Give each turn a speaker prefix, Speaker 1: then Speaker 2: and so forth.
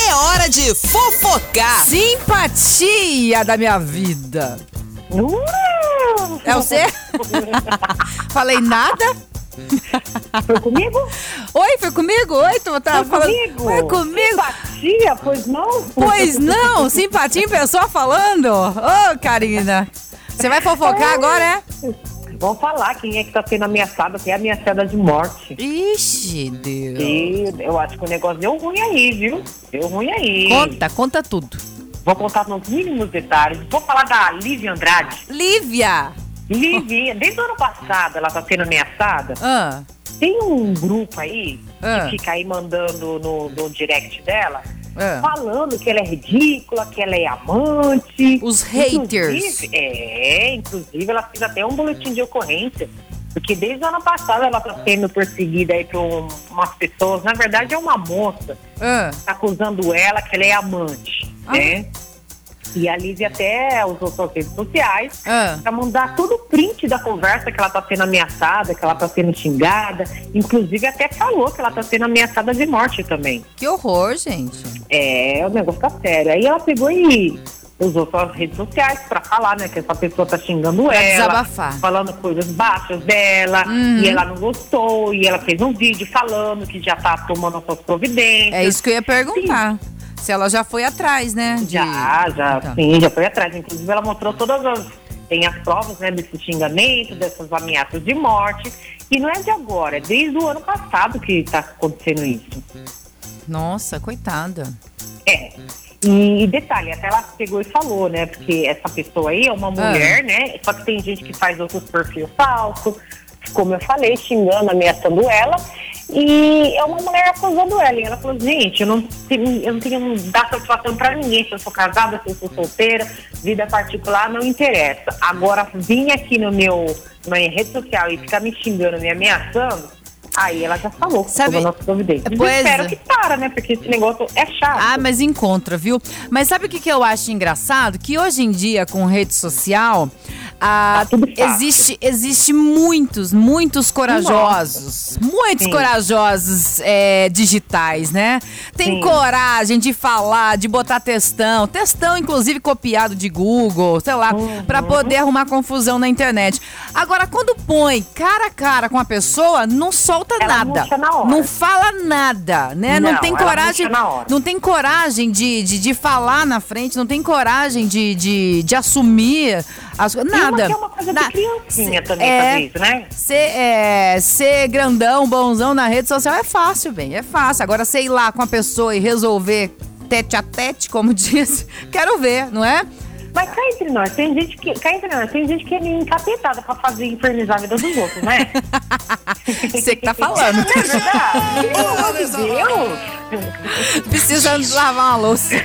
Speaker 1: é Hora de fofocar.
Speaker 2: Simpatia da minha vida.
Speaker 3: Uh,
Speaker 2: É você? Falei nada?
Speaker 3: Foi comigo?
Speaker 2: Oi, foi comigo? Oi, tu tá
Speaker 3: Foi
Speaker 2: falando.
Speaker 3: comigo?
Speaker 2: Foi comigo?
Speaker 3: Simpatia, pois não?
Speaker 2: Pois não, simpatia em pessoa falando. Ô, Karina. Você vai fofocar agora, é?
Speaker 3: Vamos falar quem é que tá sendo ameaçada, quem é ameaçada de morte.
Speaker 2: Ixi, Deus.
Speaker 3: E eu acho que o negócio deu ruim aí, viu? Deu ruim aí.
Speaker 2: Conta, conta tudo.
Speaker 3: Vou contar nos mínimos detalhes. Vou falar da Lívia Andrade.
Speaker 2: Ah. Lívia.
Speaker 3: Livinha, desde o ano passado ela tá sendo ameaçada.
Speaker 2: Ah,
Speaker 3: Tem um grupo aí
Speaker 2: Ah.
Speaker 3: que fica aí mandando no, no direct dela,
Speaker 2: Ah.
Speaker 3: falando que ela é ridícula, que ela é amante.
Speaker 2: Os haters.
Speaker 3: Inclusive, é, inclusive ela fez até um boletim de ocorrência. Porque desde o ano passado ela tá sendo perseguida aí por um- umas pessoas. Na verdade é uma moça
Speaker 2: ah.
Speaker 3: acusando ela que ela é amante,
Speaker 2: Ah.
Speaker 3: né? E a Lívia até usou suas redes sociais
Speaker 2: Ah.
Speaker 3: pra mandar todo o print da conversa que ela tá sendo ameaçada, que ela tá sendo xingada. Inclusive até falou que ela tá sendo ameaçada de morte também.
Speaker 2: Que horror, gente.
Speaker 3: É, o negócio tá sério. Aí ela pegou e usou suas redes sociais pra falar, né, que essa pessoa tá xingando ela.
Speaker 2: desabafar.
Speaker 3: Falando coisas baixas dela,
Speaker 2: Uhum.
Speaker 3: e ela não gostou, e ela fez um vídeo falando que já tá tomando as suas providências.
Speaker 2: É isso que eu ia perguntar. Se ela já foi atrás, né? de-
Speaker 3: Já, já,
Speaker 2: Então.
Speaker 3: sim, já foi atrás. Inclusive, ela mostrou todas as. Tem as provas, né, desse xingamento, dessas ameaças de morte. E não é de agora, é desde o ano passado que tá acontecendo isso.
Speaker 2: Nossa, coitada.
Speaker 3: É. E, e detalhe, até ela pegou e falou, né? Porque essa pessoa aí é
Speaker 2: Ah.
Speaker 3: uma mulher, né? Só que tem gente que faz outros perfis falsos, como eu falei, xingando, ameaçando ela. E é uma mulher acusando ela. E ela falou, gente, eu não tenho, eu não tenho dar satisfação pra ninguém se eu sou casada, se eu sou solteira, vida particular não interessa. Agora vim aqui no meu na minha rede social e ficar me xingando, me ameaçando. Aí ela já falou que
Speaker 2: Sabe-
Speaker 3: tomou nossa providência.
Speaker 2: Pois é.
Speaker 3: Espero que para, né? Porque esse negócio é chato.
Speaker 2: Ah, mas encontra, viu? Mas sabe o que, que eu acho engraçado? Que hoje em dia, com rede social, ah,
Speaker 3: Tá tudo fácil.
Speaker 2: existe, existe muitos, muitos corajosos. Muitos
Speaker 3: Sim.
Speaker 2: corajosos é, digitais, né? Tem
Speaker 3: Sim.
Speaker 2: coragem de falar, de botar textão. Textão, inclusive, copiado de Google, sei lá,
Speaker 3: Uhum.
Speaker 2: pra poder arrumar confusão na internet. Agora, quando põe cara a cara com a pessoa, não solta
Speaker 3: Ela
Speaker 2: nada.
Speaker 3: murcha na hora.
Speaker 2: Não fala nada, né? né? Não,
Speaker 3: Não,
Speaker 2: tem
Speaker 3: ela
Speaker 2: coragem.
Speaker 3: murcha na hora.
Speaker 2: Não tem coragem de, de, de falar na frente, não tem coragem de, de, de assumir as co-
Speaker 3: E uma
Speaker 2: Nada.
Speaker 3: que é uma coisa de
Speaker 2: Na-
Speaker 3: criancinha
Speaker 2: se-
Speaker 3: também,
Speaker 2: é,
Speaker 3: talvez, né?
Speaker 2: Ser, é, ser grandão, bonzão na rede social é fácil, bem, é fácil. Agora, sei lá com a pessoa e resolver tete a tete, como diz, quero ver, não é?
Speaker 3: Mas cá entre nós, tem gente que. Cá entre nós, tem gente que é meio encapetada pra fazer infernizar a vida dos outros, né?
Speaker 2: Você que tá falando.
Speaker 3: Não é verdade? Pelo amor de Deus!
Speaker 2: Precisa lavar uma louça.